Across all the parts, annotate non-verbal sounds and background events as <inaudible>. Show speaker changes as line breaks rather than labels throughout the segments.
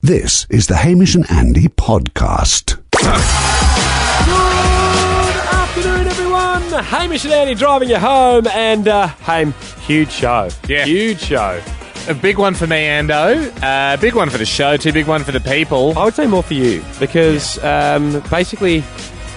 This is the Hamish and Andy podcast.
Good afternoon, everyone. Hamish and Andy driving you home, and uh, Ham, huge show.
Yeah.
Huge show.
A big one for me, Ando. A big one for the show. Too big one for the people.
I would say more for you because um, basically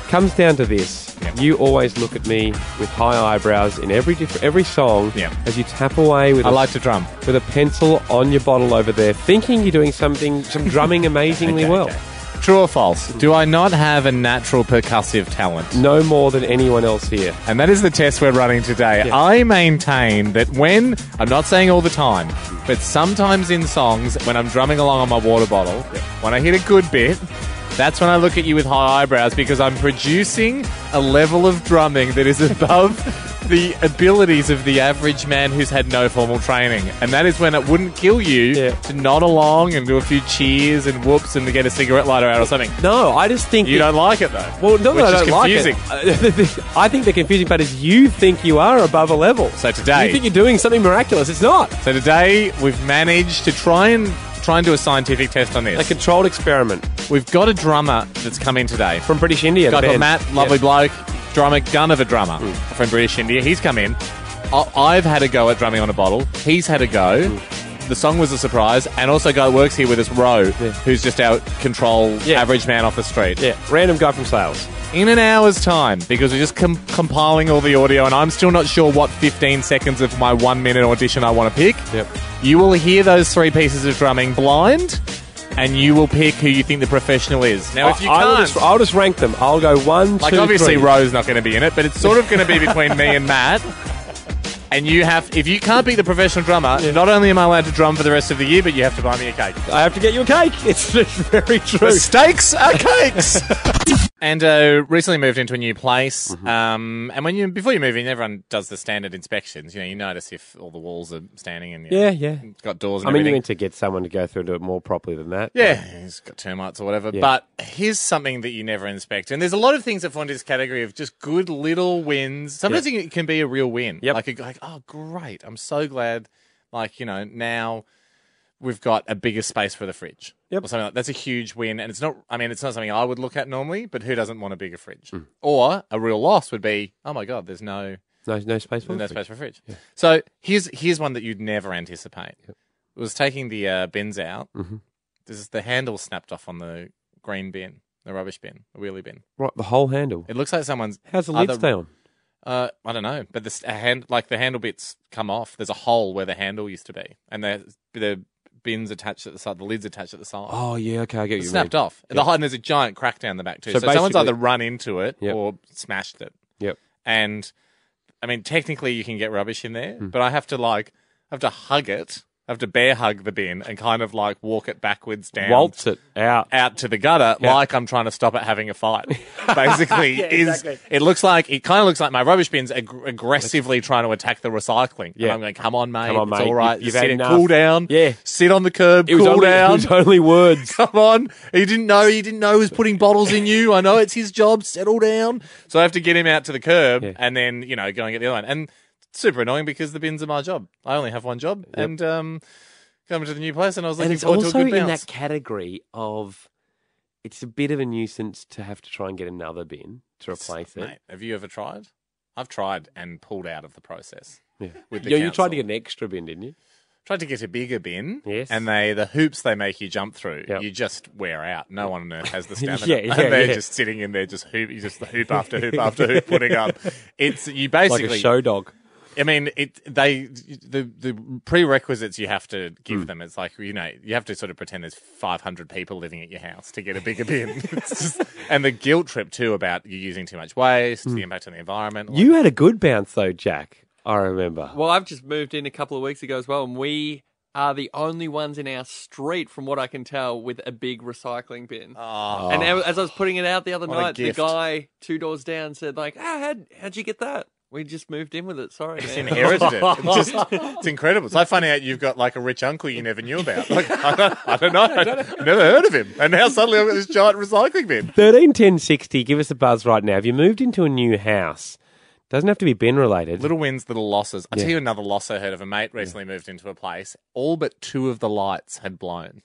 comes down to this.
Yeah.
You always look at me with high eyebrows in every diff- every song
Yeah.
as you tap away with
I
a,
like to drum.
with a pencil on your bottle over there, thinking you're doing something, some
<laughs>
drumming amazingly
Okay,
well.
okay. True or false? Do I not have a natural percussive talent?
No more than anyone else here.
And that is the test we're running today.
Yeah.
I maintain that when, I'm not saying all the time, but sometimes in songs, when I'm drumming along on my water bottle, when I hit a good bit, that's when I look at you with high eyebrows because I'm producing a level of drumming that is <laughs> above the abilities of the average man who's had no formal training. And that is when it wouldn't kill you
Yeah.
to nod along and do a few cheers and whoops and to get a cigarette lighter out or something.
No, I just think
You
that-
don't like it though.
Well, no,
which
no, I
is
don't
confusing.
like it. Uh, <laughs> I think the confusing part is you think you are above a level.
So today-
you think you're doing something miraculous. It's not
So today we've managed to try and try and do a scientific test on
a
this.
controlled experiment
We've got a drummer that's come in today.
from British India.
Guy
the
called
band.
Matt, lovely
Yeah. Mm.
bloke, drummer, gun of a drummer from British India. He's come in. I- I've had a go at drumming on a bottle. He's had a go.
Mm.
The song was a surprise, and also a guy that works here with us, Ro, who's just our control
Yeah.
average man off the street.
Yeah, random guy from sales.
In an hour's time, because we're just com- compiling all the audio, and I'm still not sure what 15 seconds of my one minute audition I want to pick.
Yep.
You will hear those three pieces of drumming blind, and you will pick who you think the professional is. Now, if you
I, I will
can't,
just, I'll just rank them. I'll go one,
like
two,
obviously
three.
Ro's not going to be in it, but it's sort of going to be between me and Matt. And you have, if you can't beat the professional drummer, not only am I allowed to drum for the rest of the year, but you have to buy me a cake.
I have to get you a cake. <laughs> It's, it's very true.
The stakes are cakes.
<laughs>
and uh, recently moved into a new place.
Mm-hmm.
Um, and when you before you move in, everyone does the standard inspections. You know, you notice if all the walls are standing and you know,
Yeah, yeah.
got doors. And
I mean,
everything.
you meant to get someone to go through and do it more properly than that.
Yeah, he's got termites or whatever. But here's something that you never inspect. And there's a lot of things that fall into this category of just good little wins. Sometimes it can be a real win.
Yep.
Like, a, like, oh, great. I'm so glad. Like, you know, now we've got a bigger space for the fridge.
Yep.
Or something like That's a huge win. And it's not, I mean, it's not something I would look at normally, but who doesn't want a bigger fridge?
Hmm.
Or a real loss would be, oh my God, there's no,
No, no space for
there's
it.
no space for a fridge. So here's, here's one that you'd never anticipate. It was taking the uh, bins out
Mhm.
this is the handle snapped off on the green bin, the rubbish bin, the wheelie bin.
Right, the whole handle.
It looks like someone's.
How's the lid
either-
stay on?
Uh, I don't know, but this a hand like the handle bits come off. There's a hole where the handle used to be, and the the bins attached at the side, the lids attached at the side.
Oh yeah, okay, I get
It's
you.
snapped off. The hole- and there's a giant crack down the back too.
So
So, someone's
basically-
either run into it
Yep.
or smashed it.
Yep.
And I mean, technically you can get rubbish in there,
Hmm.
but I have to like, I have to hug it. I have to bear hug the bin and kind of like walk it backwards down
Waltz it out.
out to the gutter
Yeah.
like I'm trying to stop it having
<laughs>
a fight. Basically, is it looks like it kind of looks like my rubbish bin's ag- aggressively trying to attack the recycling. And
Yeah.
I'm going, come on, mate,
Come on,
it's
mate.
all right.
You've- you've
Sit
had
in-
enough."
cool down.
Yeah.
sit on the curb,
It was
cool
only,
down.
It was only words.
<laughs> Come on. He didn't know. He didn't know he was putting bottles in you. I know it's his job. Settle down. So I have to get him out to the curb
Yeah.
and then, you know, go and get the other one. And it's super annoying because the bins are my job. I only have one job. And, um, coming to the new place and I was looking
and it's
forward
also
to a good
in
bounce.
that category of it's a bit of a nuisance to have to try and get another bin to replace it.
Mate, have you ever tried? I've tried and pulled out of the process.
Yeah.
With the
Yeah, you tried
council.
to get an extra bin, didn't you?
Tried to get a bigger bin,
Yes.
and they the hoops they make you jump through,
Yep.
you just wear out. No one on earth
<laughs>
has the stamina,
Yeah, yeah,
and they're
yeah.
just sitting in there, just hoop, you just hoop after hoop after hoop,
<laughs>
putting up. It's you basically.
Like a show dog.
I mean, it they the the prerequisites you have to give them. It's like you know you have to sort of pretend there's 500 people living at your house to get a bigger bin, <laughs> It's just- and the guilt trip too about you using too much waste, the impact on the environment. all
You had a good bounce though, Jack. I remember.
Well, I've just moved in a couple of weeks ago as well, and we are the only ones in our street, from what I can tell, with a big recycling bin.
Oh.
And a- as I was putting it out the other
What a
night, the
gift.
guy two doors down said, "Like, ah, how'd, how'd you get that? We just moved in with it. Sorry, man. <laughs>
Inherited it. It's, just, it's incredible. It's like finding out you've got like a rich uncle you never knew about. Like, <laughs> I, don't, I don't know. I've never heard of him. And now suddenly I've got this giant recycling bin.
Thirteen ten sixty, give us a buzz right now. If you moved into a new house, doesn't have to be bin related.
Little wins, little losses. I'll tell you another loss I heard of a mate recently moved into a place. All but two of the lights had blown.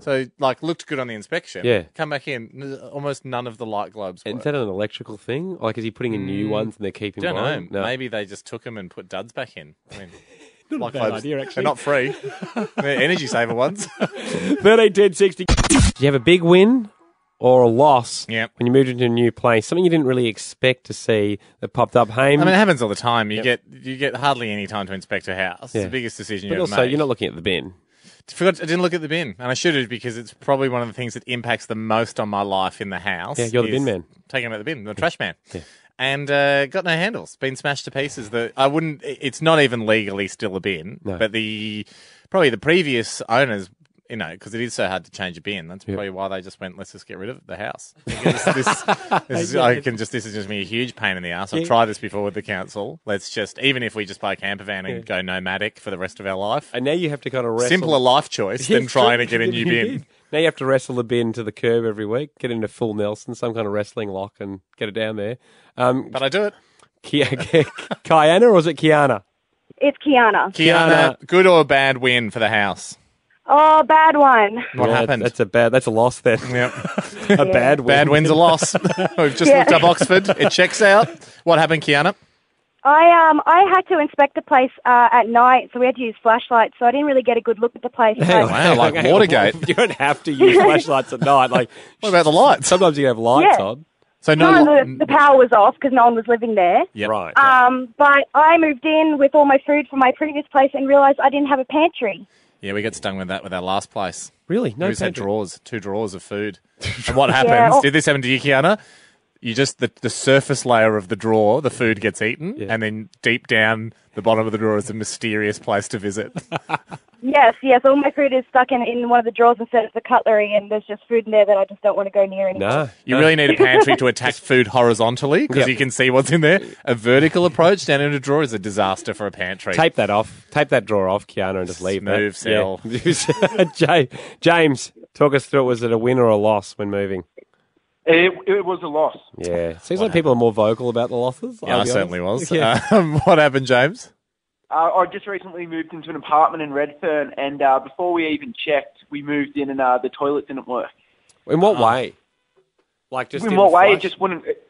So like looked good on the inspection.
Oh. Yeah.
Come back in, n- almost none of the light globes.
And
Work.
is that an electrical thing? Like, is he putting in new ones and they're keeping
Mm, don't know.
blind? No.
Maybe they just took them and put duds back in. I mean,
<laughs>
light
bad
globes.
idea, actually.
They're not free.
<laughs>
They're energy saver ones.
13, 10, 60.
Did you have a big win or a loss
Yep.
when you moved into a new place? Something you didn't really expect to see that popped up, Haim.
I mean, it happens all the time. You get you get hardly any time to inspect a house. It's the biggest decision
but
you ever
also,
make.
you're not looking at the bin.
Forgot, I didn't look at the bin, and I should have because it's probably one of the things that impacts the most on my life in the house.
Yeah, you're the bin
is
man.
Taking out the bin, the trash man. And uh, got no handles, been smashed to pieces. The I wouldn't. i- It's not even legally still a bin,
No.
but the probably the previous owners, you know, because it is so hard to change a bin. That's probably why they just went, let's just get rid of the house.
<laughs>
Because this, this is, I can just this is just me a huge pain in the ass. I've tried this before with the council. Let's just even if we just buy a camper van and go nomadic for the rest of our life,
And now you have to kind of wrestle.
simpler life choice than
Yeah,
trying to
<laughs> true.
get a
<laughs>
new bin.
Now you have to wrestle the bin to the curb every week, get into full Nelson, some kind of wrestling lock, and get it down there. <laughs> Um,
But I do it.
Ki- <laughs> Kiana, or is it Kiana?
It's Kiana.
Kiana, good or bad win for the house?
Oh, bad one.
What
Yeah,
happened?
That's a bad. That's a loss. Then
<laughs> Yep.
<laughs> a bad win.
bad win's a loss.
<laughs>
<laughs> We've just
Yeah.
looked up Oxford. It checks out. What happened, Kiana?
I um I had to inspect the place uh, at night, so we had to use flashlights. So I didn't really get a good look at the place. but-
Wow,
<laughs>
like
Hang on,
Watergate.
You don't have to use flashlights at night. Like
<laughs> What about the lights?
sometimes you can have lights
Yeah.
on.
So
No,
no.
the, the power was off because no one was living there.
Yep.
Right.
Um, but I moved in with all my food from my previous place and realised I didn't have a pantry.
Yeah, we got stung with that with our last place.
really? No.
we just had
pantry.
drawers, two drawers
<laughs>
of food. and what happens?
oh.
Did this happen to you, Kiana? You just the, the surface layer of the drawer, the food gets eaten, and then deep down the bottom of the drawer is a mysterious place to visit.
Yes, yes, all my food is stuck in, in one of the drawers instead of the cutlery, and there's just food in there that I just don't want to go near anymore.
No.
You really need a pantry to attack food horizontally because
Yep.
you can see what's in there. A vertical approach down in a drawer is a disaster for a pantry.
Tape that off. Tape that drawer off, Kiana, and just leave.
Smooth
that. Yeah. <laughs> Ja- James, talk us through it. Was it a win or a loss when moving?
It, it was a loss.
Yeah. Seems like people are more vocal about the losses.
Yeah,
I'll
I
be
certainly
honest. <laughs>
was.
Yeah.
<laughs> Um, what happened, James?
Uh, I just recently moved into an apartment in Redfern, and uh, before we even checked, we moved in, and uh, the toilet didn't work.
Uh,
In
um,
what way? Like just
in
didn't
what way? It
flush?
just wouldn't. It,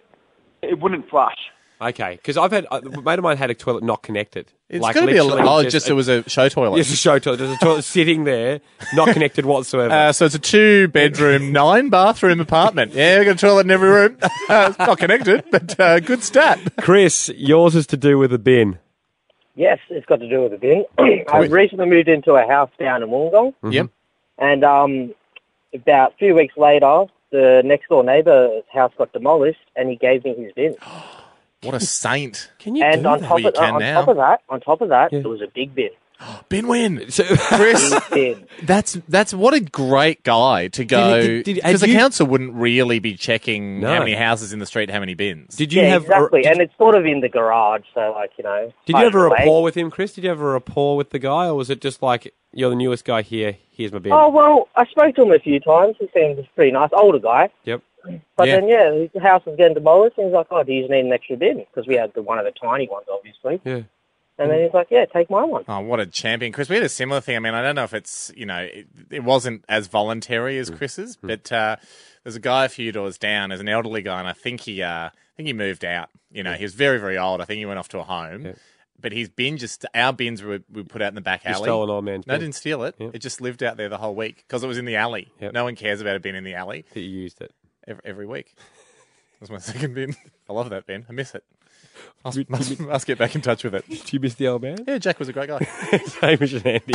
it wouldn't flush.
Okay, because I've had uh, a mate of mine had a toilet not connected.
It's
Like,
going to be a
literally
oh, just, it
a,
was a show toilet.
<laughs> it's a show toilet. There's a
<laughs>
toilet sitting there, not connected whatsoever.
Uh, so it's a two bedroom, nine bathroom apartment. Yeah, we've got a toilet in every room. <laughs> it's not connected, but uh, good stat.
Chris, yours is to do with a bin.
Yes, it's got to do with the bin. I recently moved into a house down in Wollongong,
Mm-hmm.
Yep.
and um, about a few weeks later, the next door neighbour's house got demolished, and he gave me his
<gasps>
bin.
What a saint.
Can you
And
do
on
that?
top
Well, you
of
can
on
now.
top of that, on top of that, it was a big bin.
Bin win.
So, <laughs>
Chris,
Bin.
that's that's what a great guy to go
did- did- had
because the
you-
council wouldn't really be checking
No.
how many houses in the street, how many bins.
did you
Yeah,
have
exactly.
A, did,
and it's sort of in the garage, so like you know.
did you have a
hiding away.
rapport with him, Chris? Did you have a rapport with the guy, or was it just like you're the newest guy here? Here's my bin.
Oh well, I spoke to him a few times. He seems pretty nice, older guy.
Yep.
But
Yeah.
then yeah, his house was getting demolished, and he's like, "Oh, do you just need an extra bin?" Because we had the one of the tiny ones, obviously.
Yeah.
And then he's like, "Yeah, take my one."
Oh, what a champion, Chris! We had a similar thing. I mean, I don't know if it's you know it, it wasn't as voluntary as Chris's, but uh, there's a guy a few doors down, as an elderly guy, and I think he, uh, I think he moved out. You know, he was very, very old. I think he went off to a home, but his bin just our bins were, we put out in the back
You
alley.
stole an old man's
no, I
bin.
didn't steal it. It just lived out there the whole week because it was in the alley.
Yep.
No one cares about it being in the alley
That you used
<laughs>
it.
every, every week. <laughs> That's my second bin. I love that bin. I miss it. I must, must, must get back in touch with it.
Did you miss the old <laughs> man?
Yeah, Jack was a great guy.
Hamish and Andy.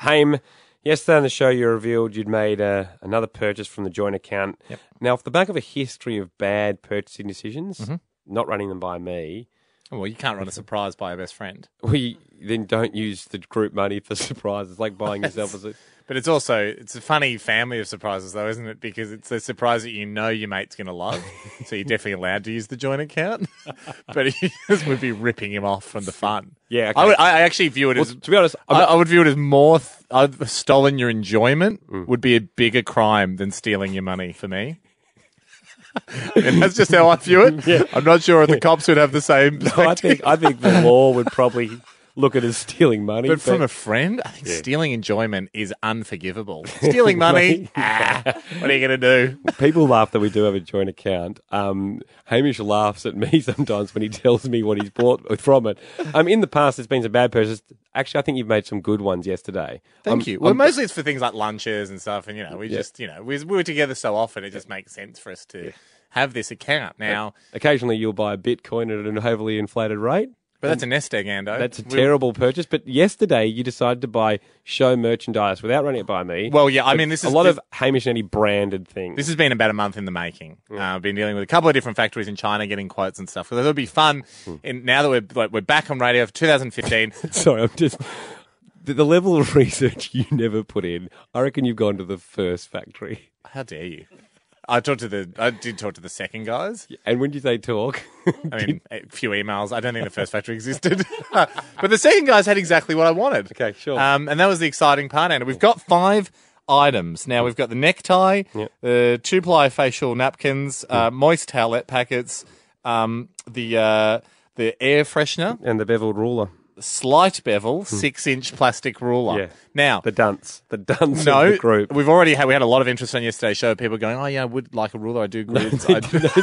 Haim, yesterday on the show you revealed you'd made uh, another purchase from the joint account. Now, off the back of a history of bad purchasing decisions,
Mm-hmm.
not running them by me,
Well, you can't run a surprise by your best friend.
we then don't use the group money for <laughs> surprises, It's like buying yourself
<laughs>
as a.
But it's also it's a funny family of surprises though, isn't it? Because it's a surprise that you know your mate's going
<laughs>
to love, so you're definitely allowed to use the joint account. <laughs> but you <laughs> just would be ripping him off from the fun.
Yeah, okay.
I, would, I actually view it
Well,
as
to be honest, I'm
I,
not-
I would view it as more. Th- I've stolen your enjoyment
Mm.
would be a bigger crime than stealing your money for me. <laughs> and that's just
<laughs>
how I view it. I'm not sure if the cops would have the same. <laughs>
I think I think the law would probably look at as stealing money.
But from a friend, I think stealing enjoyment is unforgivable. <laughs> Stealing <laughs> money, ah, what are you going to do?
people laugh that we do have a joint account. Um, Hamish laughs at me <laughs> sometimes when he tells me what he's bought from it. Um, in the past, there's been some bad purchases. Actually, I think you've made some good ones yesterday.
Thank
I'm-
you. Well,
I'm-
mostly it's for things like lunches and stuff, and you know, we just, you know, we, we were together so often, it just makes sense for us to have this account now.
occasionally, you'll buy a Bitcoin at an overly inflated rate.
But that's a nest egg, Ando.
That's a
We-
terrible purchase. But yesterday, you decided to buy show merchandise without running it by me.
Well, yeah, I mean, this
a
is-
lot
this-
of Hamish and Andy branded things.
This has been about a month in the making. Uh, I've been dealing with a couple of different factories in China, getting quotes and stuff. So it'll be fun. And now that we're like, we're back on radio for <laughs>
<laughs>
2015,
Sorry, I'm just. The, the level of <laughs> research you never put in, I reckon you've gone to the first factory.
how dare you? I talked to the I did talk to the second guys.
And when you say talk, <laughs>
I mean, a few emails. I don't think the first factory existed, <laughs> but the second guys had exactly what I wanted.
Okay, sure.
Um, and that was the exciting part. And we've got five items now. We've got the necktie, the two ply facial napkins, uh, moist towelette packets, um, the uh, the air freshener,
and the beveled ruler,
slight bevel, six inch plastic ruler.
Hmm. Yeah.
Now.
the dunce, the dunce of
no,
the group.
<laughs> we've already had we had a lot of interest on yesterday's show. People going, oh yeah, I would like a ruler. I do grids. I, do. <laughs>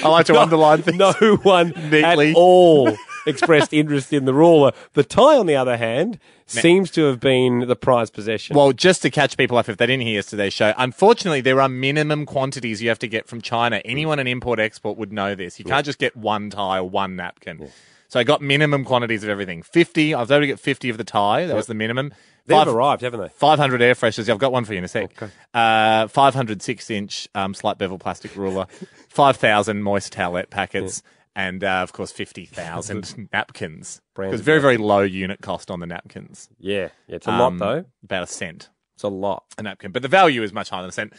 I like to underline things.
No one
Neatly.
at all expressed interest in the ruler. The tie, on the other hand, seems to have been the prized possession.
Well, just to catch people up if they didn't hear yesterday's show, unfortunately, there are minimum quantities you have to get from China. Anyone in import export would know this. You can't just get one tie or one napkin. So I got minimum quantities of everything. 50, I was able to get 50 of the tie. That was the minimum.
They've
Five-
arrived, haven't they?
500 air freshers. I've got one for you in a sec. Uh, 500 six inch um, slight bevel plastic
<laughs>
ruler, 5,000 moist towelette packets, and uh, of course
<laughs>
50,000 napkins.
Brand
Because very, very low unit cost on the napkins.
Yeah, yeah it's a
Um,
lot though.
About a cent
It's a
<laughs>
lot.
a napkin, but the value is much higher than a cent.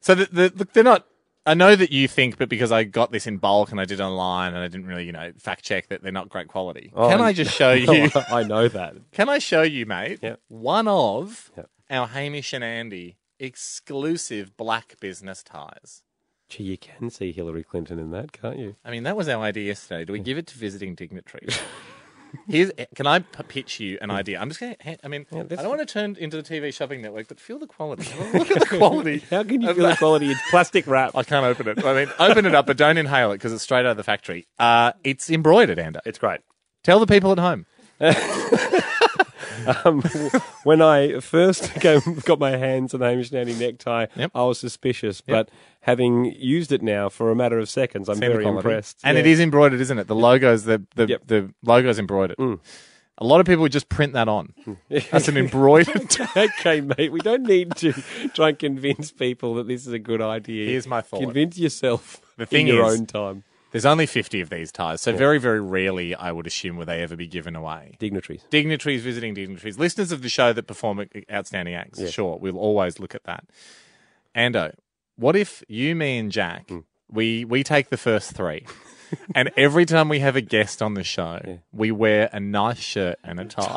So the, the, look, they're not. I know that you think, but because I got this in bulk and I did online and I didn't really, you know, fact check that they're not great quality. can I just show you?
Oh, I know that.
Can I show you, mate?
Yep.
One of
Yep.
our Hamish and Andy exclusive black business ties.
Gee, you can see Hillary Clinton in that, can't you?
I mean, that was our idea yesterday. Do we give it to visiting dignitaries? <laughs> Here's, can I p- pitch you an idea? I'm just going to. I mean, I don't want to turn into the TV shopping network, but feel the quality. Look at the quality.
How can you
of
feel the
that.
quality?
<laughs>
It's plastic wrap.
I can't open it. I mean, open it up, but don't inhale it because it's straight out of the factory. Uh, it's embroidered, Ando.
It's great.
Tell the people at home. <laughs>
Um, when I first <laughs> came, got my hands on the Hamish Nanny necktie,
Yep.
I was suspicious,
Yep.
but having used it now for a matter of seconds, I'm
Send the
very
quality.
impressed.
And
Yeah.
it is embroidered, isn't it? The logo's the the,
Yep. Mm.
the logo's embroidered. A lot of people would just print that on. That's an
<laughs>
embroidered. t-
okay, mate. We don't need to try and convince people that this is a good idea.
Here's my thought.
Convince yourself
The thing
in your
is-
own time.
There's only 50 of these ties, so very, very rarely, I would assume, will they ever be given away. <laughs>
Dignitaries.
Dignitaries, visiting dignitaries, listeners of the show that perform ac- outstanding acts. Sure, we'll always look at that. Ando, what if you, me, and Jack, we we take the first <laughs> three, and every time we have a guest on the show, we wear a nice shirt and a <laughs> tie.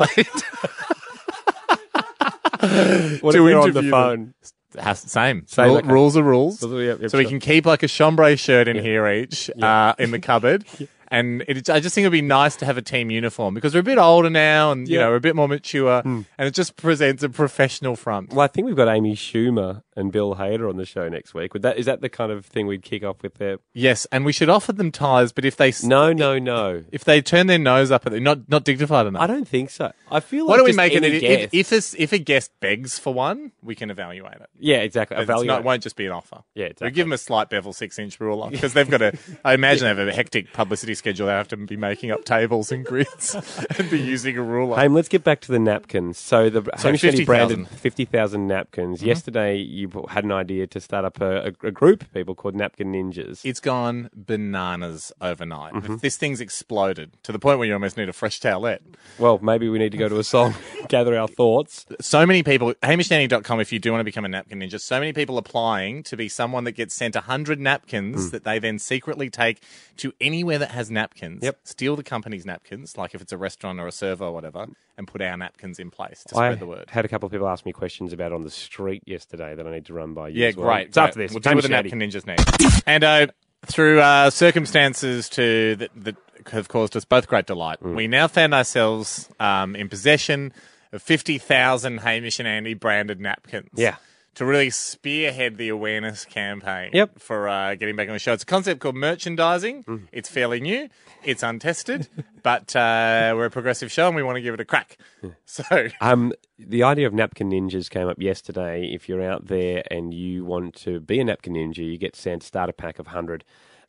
What
To
if we're on
interview
the
them.
phone?
Has, same.
Same,
Rule-
okay.
Rules are rules.
So, yeah, yeah,
so we
sure.
can keep like a chambray shirt in here each uh, in the <laughs> cupboard. And it, I just think it'd be nice to have a team uniform because we're a bit older now and, you
Yeah.
know, we're a bit more mature and it just presents a professional front.
Well, I think we've got Amy Schumer and Bill Hader on the show next week. Would that is that the kind of thing we'd kick off with there?
Yes. And we should offer them ties, but if they, s
No, no, no.
if they turn their nose up at it, not, not dignified enough.
I don't think so. I feel
Why
like
don't we
just
make it?
any
If,
guest-
if, this, if a guest begs for one, we can evaluate it.
yeah, exactly.
It's
Evaluate.
not- it won't just be an offer.
Yeah,
We
exactly.
give them a slight bevel six inch ruler because they've got a,
<laughs>
I imagine they have a hectic publicity schedule. They have to be making up tables and grids <laughs> and be using a ruler.
Haim, let's get back to the napkins. So the
Sorry,
Hamish Nanny
50,000.
branded fifty thousand napkins.
Mm-hmm.
Yesterday, you had an idea to start up a, a, a group of people called Napkin Ninjas.
It's gone bananas overnight.
Mm-hmm.
This thing's exploded to the point where you almost need a fresh towelette.
Well, maybe we need to go to a song, gather our thoughts.
So many people, hamishnanny.com, if you do want to become a napkin ninja, so many people applying to be someone that gets sent 100
Hmm.
napkins that they then secretly take to anywhere that has napkins,
Yep.
steal the company's napkins, like if it's a restaurant or a server or whatever, and put our napkins in place to
I
spread the word.
had a couple of people ask me questions about on the street yesterday that I need to run by you.
Yeah,
as well.
great.
It's
great.
after this.
We'll
Hamish
deal with the
Nanny.
napkin ninjas next. And uh, through uh, circumstances to that, that book have caused us both great delight. We now found ourselves um, in possession of 50,000 Hamish and Andy branded napkins.
Yeah.
To really spearhead the awareness campaign
Yep.
for uh, getting back on the show. It's a concept called merchandising. It's fairly new, it's untested, <laughs> but uh, we're a progressive show and we want to give it a crack. <laughs> So,
Um, the idea of napkin ninjas came up yesterday. If you're out there and you want to be a napkin ninja, you get sent starter pack of hundred,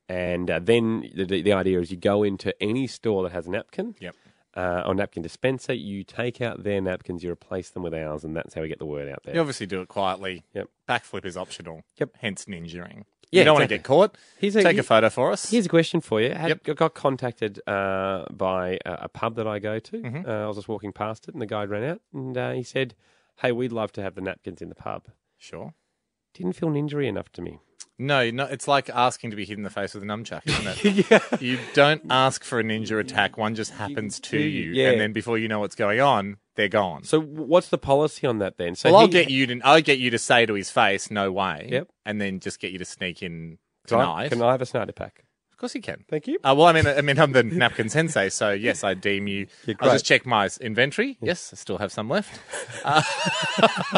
and uh, then the, the the idea is you go into any store that has a napkin.
Yep.
Uh, or napkin dispenser, you take out their napkins, you replace them with ours, and that's how we get the word out there.
You obviously do it quietly.
Yep.
Backflip is optional.
Yep.
Hence ninjuring.
Yeah,
you
exactly.
don't want to get caught.
Here's a-
Take a photo for us.
Here's a question for you. Had,
Yep.
Got contacted uh, by a, a pub that I go to.
Mm-hmm.
Uh, I was just walking past it, and the guy ran out, and uh, he said, "Hey, we'd love to have the napkins in the pub."
Sure.
Didn't feel ninjery enough to me.
No, no, it's like asking to be hit in the face with a nunchuck,
<laughs>
isn't it? yeah. You don't ask for a ninja attack. One just happens to you.
yeah.
And then before you know what's going on, they're gone.
So, w- what's the policy on that then? So
well, I'll
he-
get you to I'll get you to say to his face, "No way,"
Yep.
and then just get you to sneak in
Can
tonight.
I, can I have a Snyder pack?
Of course, you can.
Thank you.
Uh, well, I mean, I mean, I'm the napkin sensei, so yes, I deem you. I'll just check my inventory. Yes, I still have some left.
<laughs> <laughs>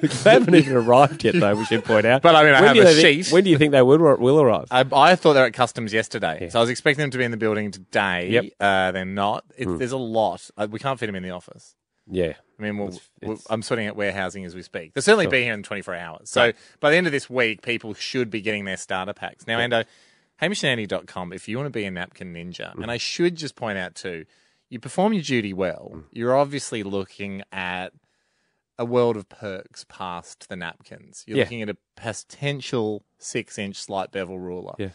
they haven't even arrived yet, though. We should point out.
<laughs> But I mean, I have
do
a
they think-
sheet. Uh,
when do you think they would will arrive?
I, I thought they were at customs yesterday, so I was expecting them to be in the building today.
Yep.
uh, they're not. It, There's a lot. Uh, we can't fit them in the office.
yeah.
I mean, we'll, we'll-
it's-
I'm sorting out warehousing as we speak. They'll certainly be here in 24 hours. So by the end of this week, people should be getting their starter packs. Now, Ando, hamishandandy.com, if you want to be a napkin ninja,
Mm.
and I should just point out too, you perform your duty well.
Mm.
You're obviously looking at a world of perks past the napkins. You're
Yeah.
looking at a potential six inch slight bevel ruler.
Yeah.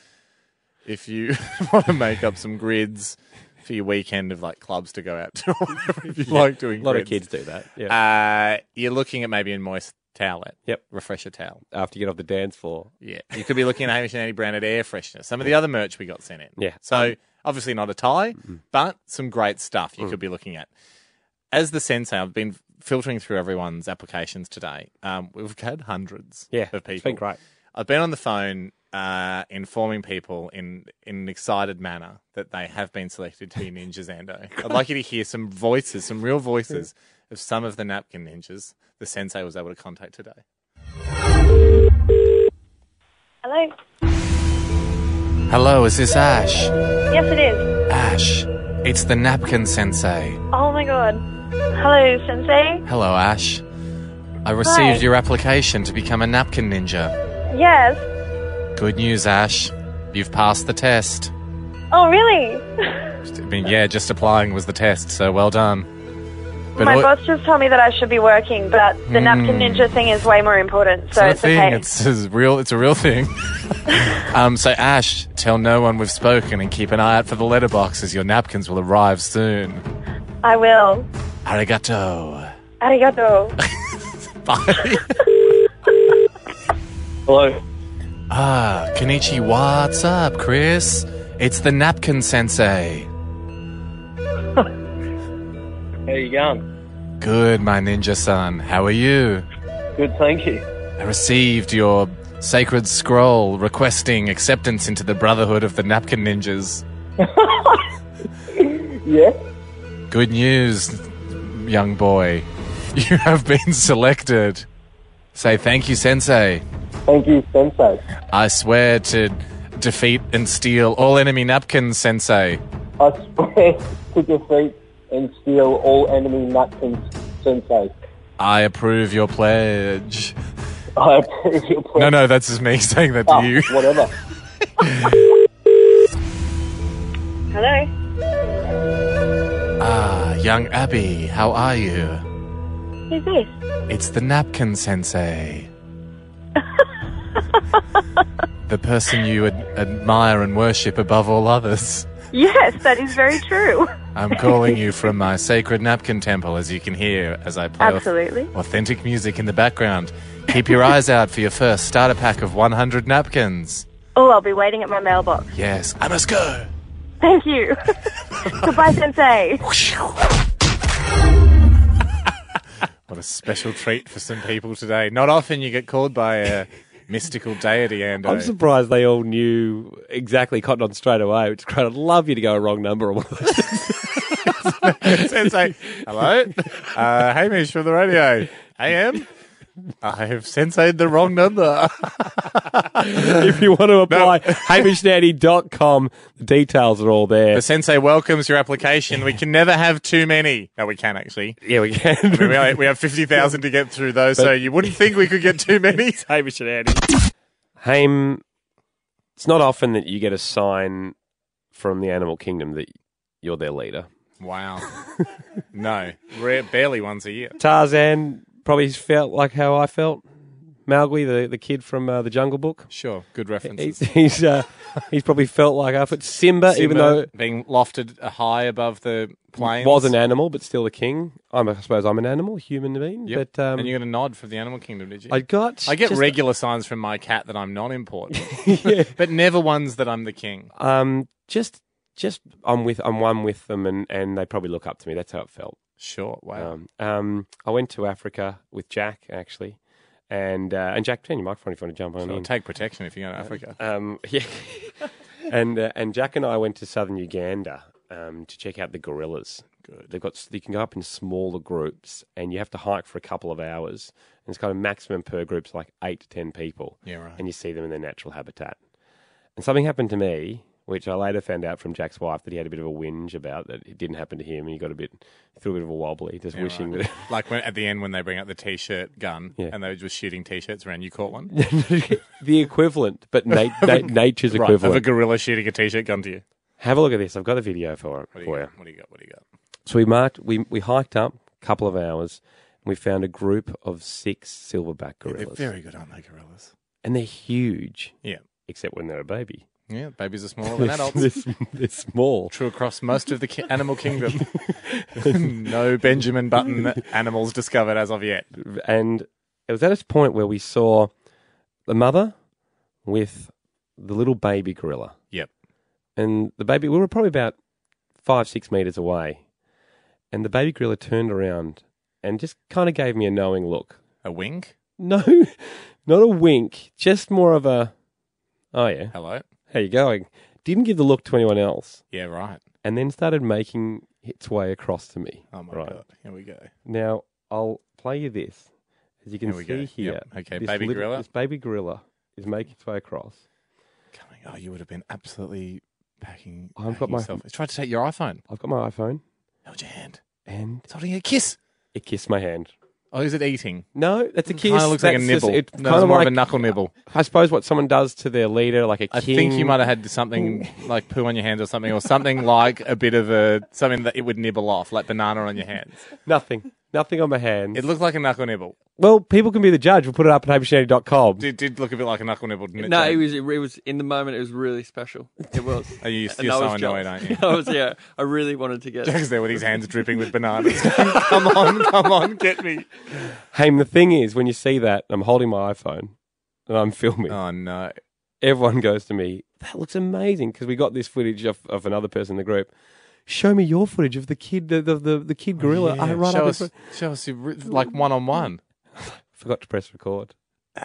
If you <laughs> want to make up some grids for your weekend of like clubs to go out to, <laughs> or whatever, if you like doing
A lot of
grids.
kids do that. Yeah.
Uh, you're looking at maybe a moist towelette.
Yep.
Refresher towel.
After you get off the dance floor.
Yeah. You could be looking at Hamish and Andy branded air freshener. Some of the other merch we got sent in.
Yeah.
So obviously not a tie, but some great stuff
Mm.
you could be looking at. As the sensei, I've been filtering through everyone's applications today. Um, we've had hundreds
Yeah.
of people.
It's been great.
I've been on the phone uh, informing people in, in an excited manner that they have been selected to be ninjas, Ando. I'd like you to hear some voices, some real voices of some of the napkin ninjas the sensei was able to contact today.
Hello?
Hello, is this Ash?
Yes, it is.
Ash, it's the napkin sensei.
Oh my god. Hello, Sensei.
Hello, Ash. I
received Hi. your
application to become a napkin ninja.
Yes.
Good news, Ash. You've passed the test.
Oh, really?
I mean, yeah, just applying was the test, so well done. But
my
what-
boss just told me that I should be working, but the napkin ninja thing is way more important, so
not a
it's,
thing.
okay.
It's, it's real. It's a real thing. <laughs> um, so Ash, tell no one we've spoken and keep an eye out for the letterbox as your napkins will arrive soon.
I will.
Arigato. <laughs>
Arigato.
Bye.
Hello.
ah, Kenichi, what's up, Chris? It's the napkin sensei.
How you going?
Good, my ninja son. How are you?
Good, thank you.
I received your sacred scroll requesting acceptance into the Brotherhood of the Napkin Ninjas.
Yeah.
Good news, young boy. <laughs> You have been selected. Say thank you, Sensei.
Thank you, Sensei.
I swear to defeat and steal all enemy napkins, Sensei.
I swear <laughs> to defeat and steal all enemy napkins, Sensei.
I approve your pledge.
I approve your plan.
No, no, that's just me <laughs> saying that to
Oh.
Ah,
you.
Whatever.
Hello?
Ah, young Abby, how are you?
Who's this?
It's the napkin sensei. the person you ad- admire and worship above all others.
Yes, that is very true.
I'm calling you from my sacred napkin temple, as you can hear as I play au-
Absolutely.
authentic music in the background. Keep your eyes out for your first starter pack of 100 napkins.
Oh, I'll be waiting at my mailbox.
Yes, I must go.
Thank you. <laughs> Goodbye, Sensei.
What a special treat for some people today. Not often you get called by a mystical deity,
I'm
<laughs> Ando.
surprised they all knew exactly Cotton On straight away, which is great. I'd love you to go a wrong number on one of those.
Sensei, hello? Uh, Hamish from the radio. AM? I have sensei the wrong number.
if you want to apply, hamishnaddy.com. The details are all there.
The sensei welcomes your application. We can never have too many. No, we can actually.
yeah, we
I
<laughs>
mean, we,
can.
only, we have 50,000 to get through, though, so you wouldn't think we could get too many.
Hamish and Andy.
Haim, it's not often that you get a sign from the animal kingdom that you're their leader.
<laughs> Wow. <laughs> No, rare, barely once a year.
Tarzan probably felt like how I felt. Mowgli, the, the kid from uh, the Jungle Book.
Sure, good
He's
references.
he's, uh, he's probably felt like I felt Simba, even though
being lofted high above the plains
was an animal, but still a king. I'm, I suppose I'm an animal, human being.
Yep.
But um,
and you got a nod from the animal kingdom, did you?
I got.
I get
just-
regular signs from my cat that I'm not important,
<laughs> yeah.
but never ones that I'm the king.
Um, just, just I'm with, I'm one with them, and and they probably look up to me. That's how it felt.
Sure, wow.
Um, um, I went to Africa with Jack actually, and uh, and Jack, turn your microphone if you want to jump on
So
in.
take protection if you go to Africa.
Um, <laughs> yeah. and uh, and Jack and I went to southern Uganda um, to check out the gorillas. Good. They've got you can go up in smaller groups, and you have to hike for a couple of hours. And it's kind of maximum per group's like eight to ten people.
Yeah, right.
And you see them in their natural habitat. And something happened to me, which I later found out from Jack's wife that he had a bit of a whinge about that it didn't happen to him, and he got a bit threw a bit of a wobbly, just wishing that.
Like when, at the end when they bring out the t-shirt gun
Yeah.
and they were just shooting t-shirts around. You
<laughs>
caught one
the equivalent, but
<laughs>
na- na- nature's
Right,
equivalent.
of a gorilla shooting a t-shirt gun to you.
Have a look at this. I've got a video for it
What do you
for you.
got? What do you got? What do you got?
So we marked, we we hiked up a couple of hours, and we found a group of six silverback gorillas,
They're very good, aren't they, gorillas?
and they're huge,
Yeah,
except when they're a baby.
yeah. Babies are smaller than
<laughs>
adults.
they're, they're small.
True across most of the ki- animal
<laughs>
kingdom. no Benjamin Button animals discovered as of yet.
and it was at a point where we saw the mother with the little baby gorilla.
Yep.
And the baby, we were probably about five, six meters away. And the baby gorilla turned around and just kind of gave me a knowing look. <laughs>
A wink.
No, not a wink, just more of a, oh yeah,
Hello.
how you going? Didn't give the look to anyone else.
Yeah, right.
And then started making its way across to me.
Oh my
Right.
god. Here we go.
Now, I'll play you this. As you can
Here we
see
go.
here.
Yep. Okay, baby
little-
gorilla.
This baby gorilla is making its way across.
Coming. Oh, you would have been absolutely packing.
I've got
packing
my-
yourself. It's tried to take your iPhone.
I've got my iPhone
Held your hand.
and
It's holding a kiss.
it kissed my hand.
Oh, is it eating?
No, that's a kiss.
Kind of looks like a
That's
nibble.
Just,
It's
it's
no,
kind
it's
of
more
like,
of a knuckle nibble.
I suppose what someone does to their leader, like a
I
king.
think you might have
<laughs>
had something like poo on your hands or something, or something like a bit of a something that it would nibble off, like banana on your hands.
Nothing. Nothing on my hand.
It looked like a knuckle nibble.
well, people can be the judge. We'll put it up at hamishandy.com.
Did did look a bit like a knuckle nibble, didn't it?
No,
Jade?
it was it was in the moment. It was really special. It was.
<laughs> Are you
And
you're
I
so
was
annoyed,
jealous.
aren't you?
<laughs> I was. Yeah, I really wanted to get.
<laughs> Jack's there with his hands dripping with bananas. <laughs> come on, come on, get me.
Hey, the thing is, when you see that, I'm holding my iPhone and I'm filming.
Oh no.
Everyone <laughs> goes to me, that looks amazing because we got this footage of, of another person in the group. Show me your footage of the kid, the, the, the, the kid gorilla. I right
Oh, show
up in
us,
front-
show us your, re- like one on one.
Forgot to press record. <sighs>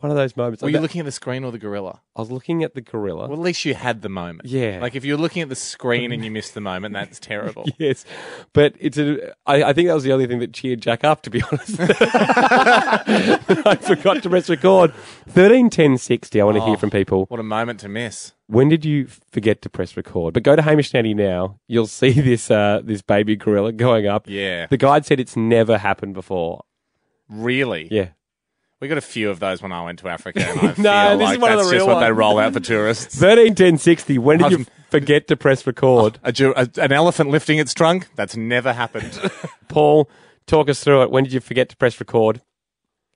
One of those moments.
Were
like
you
that-
looking at the screen or the gorilla?
I was looking at the gorilla.
Well, at least you had the moment.
Yeah.
Like if you're looking at the screen and you miss the moment,
<laughs>
that's terrible.
<laughs> yes, but it's a. I, I think that was the only thing that cheered Jack up. To be <laughs>
<laughs>
honest, I forgot to press record. Thirteen ten sixty. I want
Oh.
to hear from people.
What a moment to miss.
When did you forget to press record? But go to Hamish Nanny now. You'll see <laughs> this uh, this baby gorilla going up.
Yeah.
The guide said it's never happened before.
Really?
Yeah.
We got a few of those when I went to Africa, <laughs> and I feel
No, this is
like
one of
that's
the real
just what they
ones.
roll out for tourists.
Thirteen ten sixty. When did you
Husband-
forget to press <laughs> record?
A ju- a- an elephant lifting its trunk? That's never <laughs> happened.
Paul, talk us through it. When did you forget to press record?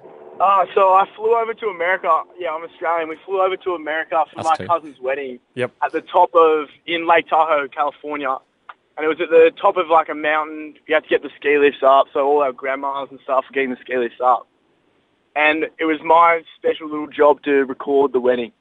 Uh, so I flew over to America. Yeah, I'm Australian. We flew over to America for
Us
my
too.
cousin's wedding.
Yep.
At the top of in Lake Tahoe, California, and it was at the top of like a mountain. You had to get the ski lifts up. So all our grandmas and stuff were getting the ski lifts up, and it was my special little job to record the wedding.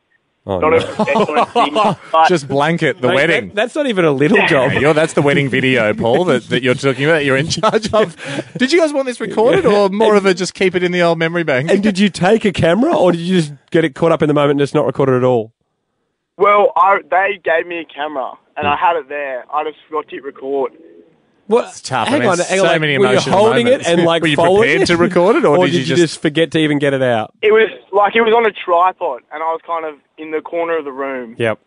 Oh,
Not
no.
a professional at
<laughs>
things, but
Just blanket the
Mate,
wedding.
that- that's not even a little job.
Yeah, you're- that's the wedding video, Paul, that, that you're talking about. that <laughs> You're in charge of. Did you guys want this recorded, <laughs> or more of a just keep it in the old memory bank?
And did you take a camera, or did you just get it caught up in the moment and it's not recorded at all?
well, I, they gave me a camera and I had it there. I just forgot to hit record.
What?
It's tough.
Hang
I mean,
on,
it's
hang
so
on, like,
many
were you
emotional
holding
moments.
it and like
<laughs> Were you
folding
prepared to record it, or did you
you
just-
just forget to even get it out?
It was like it was on a tripod, and I was kind of in the corner of the room.
Yep.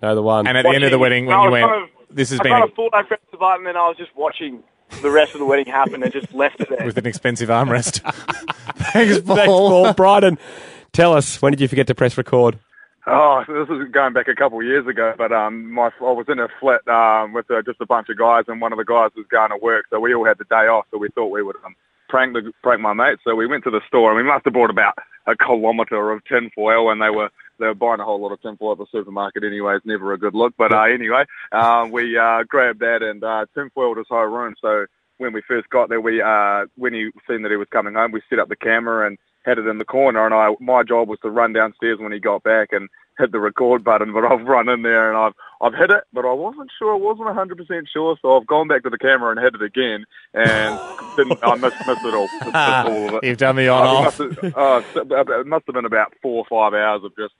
No, the one.
And at the end of the wedding, when
I
you
was
went,
kind of-
"This has
I
been
kind
a,
of thought I pressed the button, and I was just watching the rest of the wedding happen, and just left it there.
with an expensive <laughs> armrest." Thanks, Paul.
Thanks, Paul. Brighton, tell us, when did you forget to press record?
Oh, this is going back a couple of years ago, but um, my I was in a flat um, with uh, just a bunch of guys, and one of the guys was going to work, so we all had the day off, so we thought we would um, prank the prank my mate. So we went to the store, and we must have bought about a kilometre of tinfoil, and they were they were buying a whole lot of tinfoil at the supermarket anyway. It's never a good look, but uh, anyway, um, we uh, grabbed that and uh, tinfoiled his whole room. So when we first got there, we uh, when he seen that he was coming home, we set up the camera and had it in the corner, and I my job was to run downstairs when he got back and hit the record button. But I've run in there and I've I've hit it, but I wasn't sure. I wasn't hundred percent sure, so I've gone back to the camera and hit it again, and didn't, I missed, missed it all. Missed all
<laughs>
of it.
You've done the
I mean,
on-off.
must have, uh, it must have been about four or five hours of just.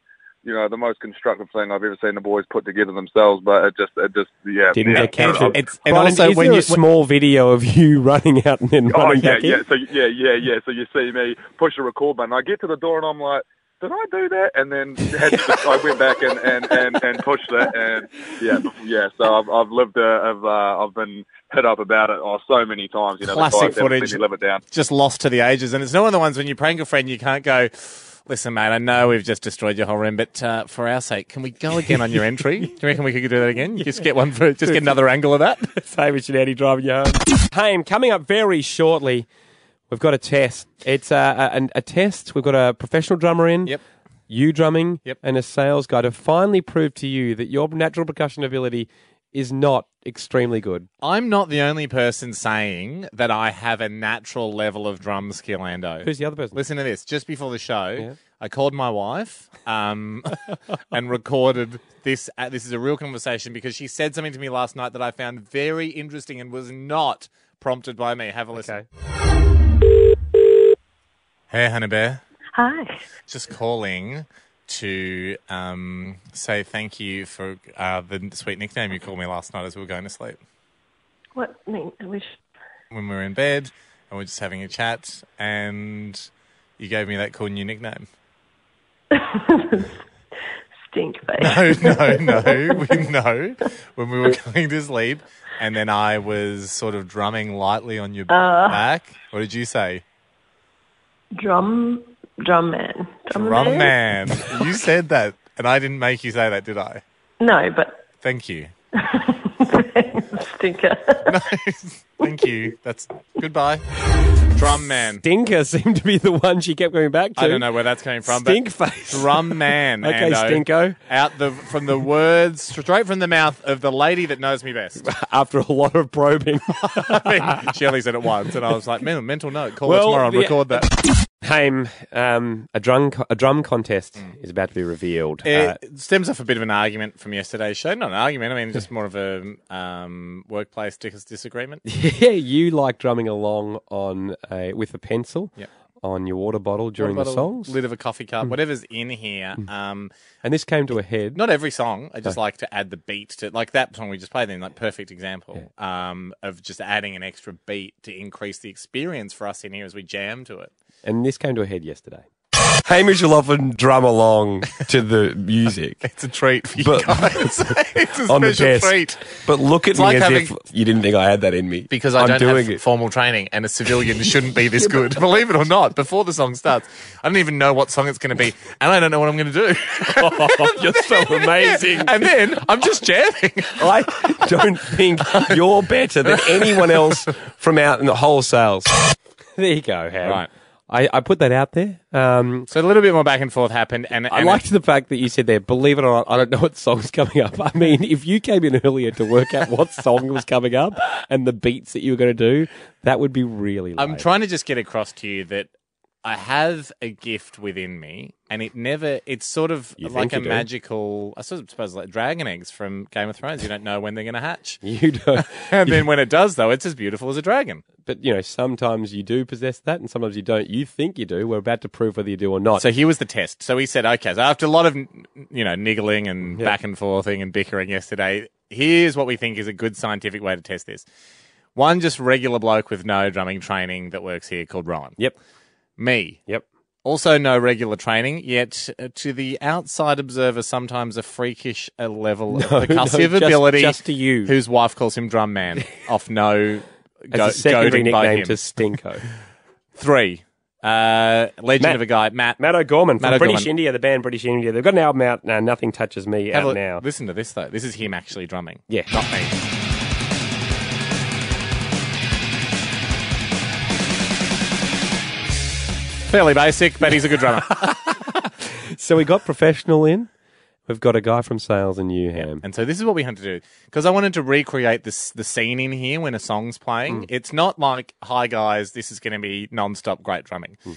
You know the most constructive thing I've ever seen the boys put together themselves, but it just, it just, yeah,
Didn't
yeah,
get captured.
Oh, It's- and
Brighton,
also
is
when
there
you-
a small video of you <laughs> running out and then
Oh
running
yeah,
back
yeah.
in?
So yeah, yeah, yeah. So you see me push the record button. I get to the door and I'm like, did I do that? And then had to, I went back and, and, and, and pushed it. And yeah, yeah. So I've, I've lived, uh, I've uh, I've been hit up about it oh, so many times. You know, the
Classic
guys haven't seen
footage.
me Live it down.
just lost to the ages. And it's not one of the ones when you prank a friend, you can't go, listen, mate, I know we've just destroyed your whole room, but uh, for our sake, can we go again on your entry? Do you reckon we could do that again? Just get one for, just get another angle of that.
Hamish and Andy driving you home. Haim, coming up very shortly, we've got a test. It's uh, a, a, a test. We've got a professional drummer in.
Yep.
You drumming.
Yep.
And a sales guy to finally prove to you that your natural percussion ability is not extremely good.
I'm not the only person saying that I have a natural level of drum skill, Ando.
Who's the other person?
Listen to this. Just before the show, I called my wife um, <laughs> and recorded this. Uh, this is a real conversation because she said something to me last night that I found very interesting and was not prompted by me. Have a listen. Hey, Hannah Bear.
Hi.
Just calling to um, say thank you for uh, the sweet nickname you called me last night as we were going to sleep.
What I mean, I wish
When we were in bed and we are just having a chat, and you gave me that cool new nickname.
stink face.
<laughs> No, no, no, we- no. When we were <laughs> going to sleep, and then I was sort of drumming lightly on your back. What did you say?
<laughs> Drum drum man. Drum,
Drum man. You said that, and I didn't make you say that, did I?
No, but
Thank you.
stinker. <laughs>
No, thank you. That's goodbye. Drum man.
Dinker <laughs> seemed to be the one she kept going back to.
I don't know where that's coming from. but
Stink face.
Drum man.
<laughs> Okay,
Ando.
Stinko.
Out the from the words straight from the mouth of the lady that knows me best. <laughs>
After a lot of probing.
I mean, she only said it once, and I was like, "Man, mental note. Call her
Well,
tomorrow and
the-
record that."
<laughs> Haim, um, a, drum co- a drum contest
Mm.
is about to be revealed. Uh, <laughs>
It stems off a bit of an argument from yesterday's show. Not an argument. I mean, just more of a um, workplace dis- disagreement.
Yeah, you like drumming along on a with a pencil
Yep.
on your water bottle during
Bottle,
the songs,
lid of a coffee cup, whatever's in here. Um,
and this came to a head.
not every song. I just like to add the beat to, like that song we just played. Then, like perfect example um, of just adding an extra beat to increase the experience for us in here as we jam to it.
and this came to a head yesterday. Hamish will often drum along to the
<laughs>
music,
It's a treat for you
But-
guys. <laughs> it's a
On the
special
desk.
treat
But look at
It's
me
like
as
having-
if you didn't think I had that in me.
because I
am
don't
doing
have
it.
formal training, and a <laughs> civilian shouldn't be this good. Believe it or not, before the song starts, I don't even know what song it's going to be, and I don't know what I'm going <laughs> to do.
You're
<laughs>
so amazing.
and then I'm just jamming.
I don't think you're better than anyone else from out in the wholesales.
there you go, Ham.
Right.
I, I put that out there. Um,
<laughs> So a little bit more back and forth happened, and,
I liked the fact that you said there, believe it or not, I don't know what song's coming up. I mean, if you came in earlier to work out what song was coming up and the beats that you were going to do, that would be really late.
I'm trying to just get across to you that I have a gift within me, and it never. It's sort of
You
like
think
a
you do.
magical. I sort of suppose like dragon eggs from Game of Thrones. You don't know when they're going to <laughs> hatch.
You don't.
and then when it does, though, it's as beautiful as a dragon.
But you know, sometimes you do possess that, and sometimes you don't. You think you do. We're about to prove whether you do or not.
So here was the test. So he said, okay, so after a lot of, you know, niggling and
Yeah.
back and forthing and bickering yesterday, here's what we think is a good scientific way to test this. One just regular bloke with no drumming training that works here called Ryan.
Yep.
Me.
Yep.
Also no regular training, yet uh, to the outside observer, sometimes a freakish uh, level
<laughs> No, no,
of percussive
just-
ability.
just to you.
Whose wife calls him
<laughs>
Drum Man off no
As
go-
a secondary
goading by
nickname
him.
to Stinko.
Three. Uh, legend
Matt-
of a guy, Matt.
Matt O'Gorman from
Matt
British
O'Gorman.
India, the band British India. They've got an album out now. Nothing touches me
Have a
out
look-
now.
Listen to this though. This is him actually drumming.
Yeah.
Not me. Fairly basic, but he's a
<laughs>
good drummer.
<laughs> So we got professional in. We've got a guy from sales in Newham.
and so this is what we had to do because I wanted to recreate this the scene in here when a song's
Mm.
playing. It's not like, "Hi guys, this is going to be non-stop great drumming."
Mm.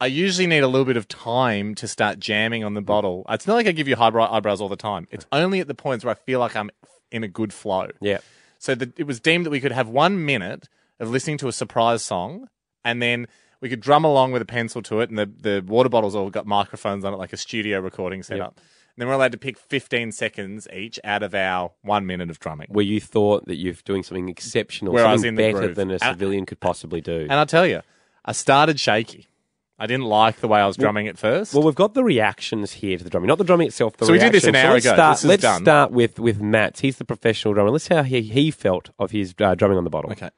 I usually need a little bit of time to start jamming on the bottle. It's not like I give you high bri- eyebrows all the time. It's only at the points where I feel like I'm in a good flow.
Yeah.
So that it was deemed that we could have one minute of listening to a surprise song, and then we could drum along with a pencil to it, and the, the water bottles all got microphones on it, like a studio recording setup. And then we're allowed to pick 15 seconds each out of our one minute of drumming.
Where you thought that you're doing something exceptional,
Where I was
something
in the
better
groove.
than a
And-
civilian could possibly do.
And I'll tell you, I started shaky. I didn't like the way I was drumming at first.
Well, we've got the reactions here to the drumming, not the drumming itself. The
So we did this
reaction.
an
So
hour
let's
ago.
Start,
This is
let's
done.
start with with Matt. He's the professional drummer. Let's see how he, he felt of his uh, drumming on the bottle.
Okay.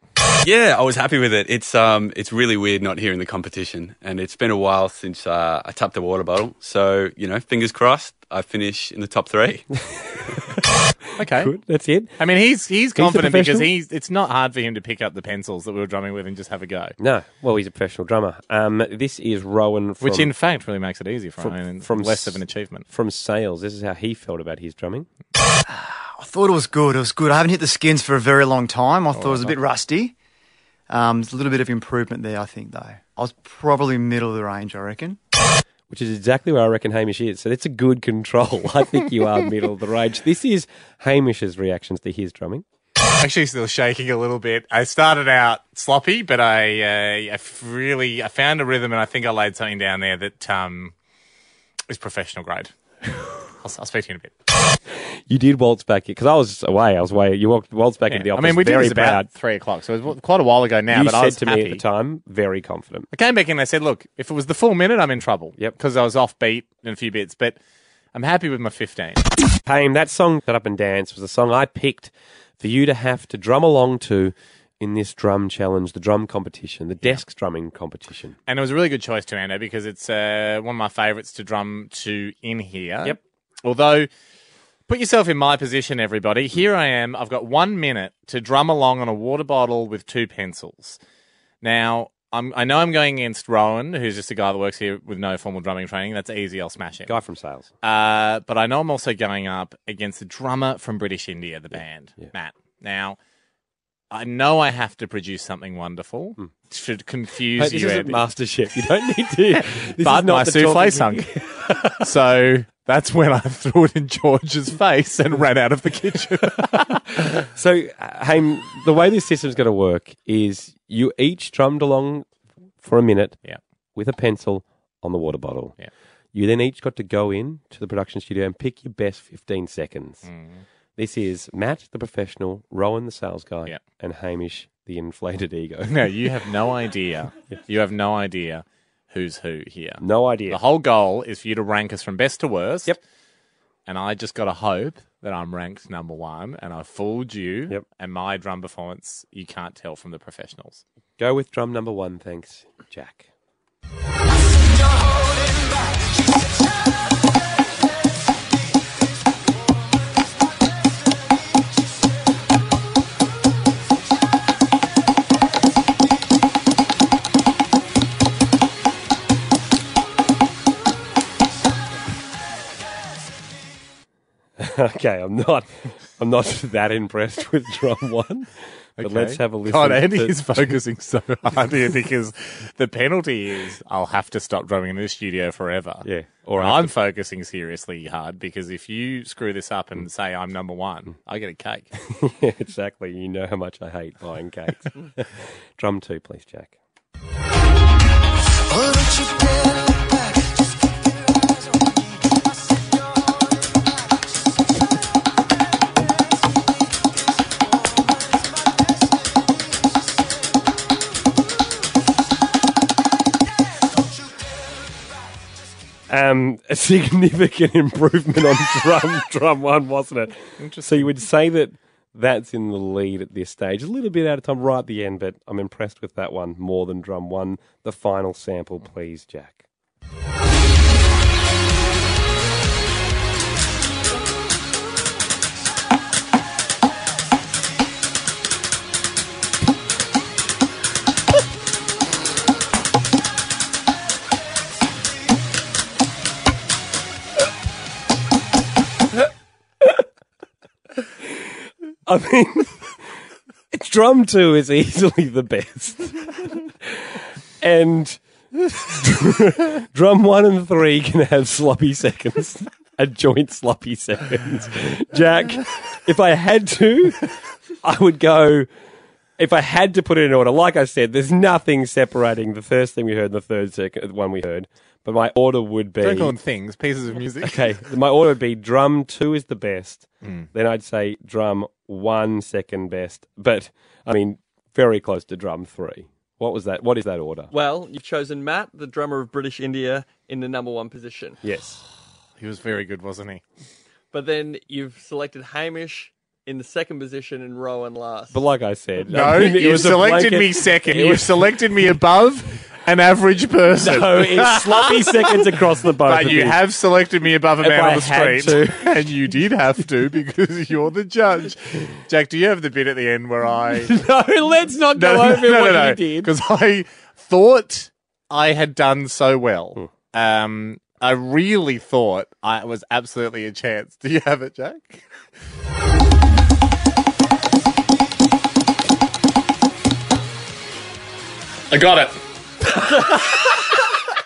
Yeah, I was happy with it. It's um, it's really weird not hearing the competition, and it's been a while since uh, I tapped a water bottle. So you know, fingers crossed, I finish in the top three.
okay.
Good. That's it.
I mean, he's he's
the
confident because
professional?
he's. It's not hard for him to pick up the pencils that we were drumming with and just have a go.
No, well, he's a professional drummer. Um, this is Rowan from,
Which, in fact, really makes it easier for
From-
him and
from s-
less of an achievement.
from sales. This is how he felt about his drumming.
<sighs> I thought it was good. It was good. I haven't hit the skins for a very long time. I thought it was a bit rusty. Um, there's a little bit of improvement there, I think, though. I was probably middle of the range, I reckon.
which is exactly where I reckon Hamish is. So that's a good control. <laughs> I think you are middle of the range. This is Hamish's reactions to his drumming.
actually still shaking a little bit. I started out sloppy, but I, uh, I f- really I found a rhythm, and I think I laid something down there that um, is professional <laughs> grade. I'll, s will speak to you in a bit.
You did waltz back because I was away. I was away. You walked waltz back into the
Yeah.
office.
I mean, we
very
did this
proud.
about three o'clock, so it was quite a while ago now.
you
but
said
I was
to
happy.
me at the time, very confident.
I came back in. I said, "Look, if it was the full minute, I'm in trouble. Yep, because I was offbeat in a few bits, but I'm happy with my 15."
Payne, that song, Get Up and Dance, was a song I picked for you to have to drum along to in this drum challenge, the drum competition, the desk drumming competition.
And it was a really good choice too, Ando, because it's uh, one of my favourites to drum to in here.
Yep.
Although, put yourself in my position, everybody. Here I am. I've got one minute to drum along on a water bottle with two pencils. Now, I'm, I know I'm going against Rowan, who's just a guy that works here with no formal drumming training. That's easy. I'll smash him.
Guy from sales.
Uh, but I know I'm also going up against the drummer from British India, the band, Matt. Now, I know I have to produce something wonderful to confuse
Hmm. Mate, this
you.
isn't
Andy.
MasterChef. You don't <laughs> need to. This
but
is not
my
the
souffle
talking- <laughs>
sunk. so that's when I <laughs> threw it in George's face and ran out of the kitchen.
So, uh, Haim, the way this system's going to work is you each drummed along for a minute
Yeah.
with a pencil on the water bottle.
Yeah.
You then each got to go in to the production studio and pick your best 15 seconds.
Mm-hmm.
This is Matt, the professional, Rowan, the sales guy,
Yeah.
and Hamish, the inflated
<laughs>
ego.
no, you have no idea. You have no idea who's who here.
No idea.
The whole goal is for you to rank us from best to worst. Yep. And I just got to hope that I'm ranked number one and I fooled you.
Yep.
And my drum performance, you can't tell from the professionals.
Go with drum number one, thanks, Jack. <laughs> okay, I'm not. I'm not <laughs> that impressed with drum one. But
Okay.
let's have a listen.
God, Andy
to- <laughs>
is focusing so hard here because the penalty is I'll have to stop drumming in this studio forever. Yeah. Or I'm focusing seriously hard because if you screw this up and say I'm number one, I get
<laughs>
a cake.
exactly. You know how much I hate buying cakes. <laughs> Drum two, please, Jack. Um, a significant <laughs> improvement on drum drum one, wasn't it? So you would say that that's in the lead at this stage, a little bit out of time right at the end, but I'm impressed with that one more than drum one. The final sample, please, Jack. I mean, <laughs> drum two is easily the best. and <laughs> drum one and three can have sloppy seconds, <laughs> a joint sloppy seconds. Jack, if I had to, I would go. If I had to put it in order, like I said, there's nothing separating the first thing we heard and the third second, one we heard. But my order would be
Don't call them things, pieces of music.
Okay, my order would be drum two is the best.
Mm.
Then I'd say drum one second best, but I mean very close to drum three. What was that? What is that order?
Well, you've chosen Matt, the drummer of British India, in the number one position.
Yes,
he was very good, wasn't he?
But then you've selected Hamish in the second position and Rowan last.
But like I said,
No,
<laughs> I mean, it
you
was a
selected
<laughs> blanket-
me second.
it
You
was-
selected me above an average person.
No, it's sloppy seconds across the both
<laughs> But
of
you
you.
have selected me above a
If
man
I
on the
had
street, <laughs> and you did have to because you're the judge. Jack, do you have the bit at the end where I?
<laughs> no, let's not
no,
go over
no,
what
no,
you did.
Because I thought I had done so well. Um, I really thought I was absolutely a chance. Do you have it, Jack?
I got it.
<laughs>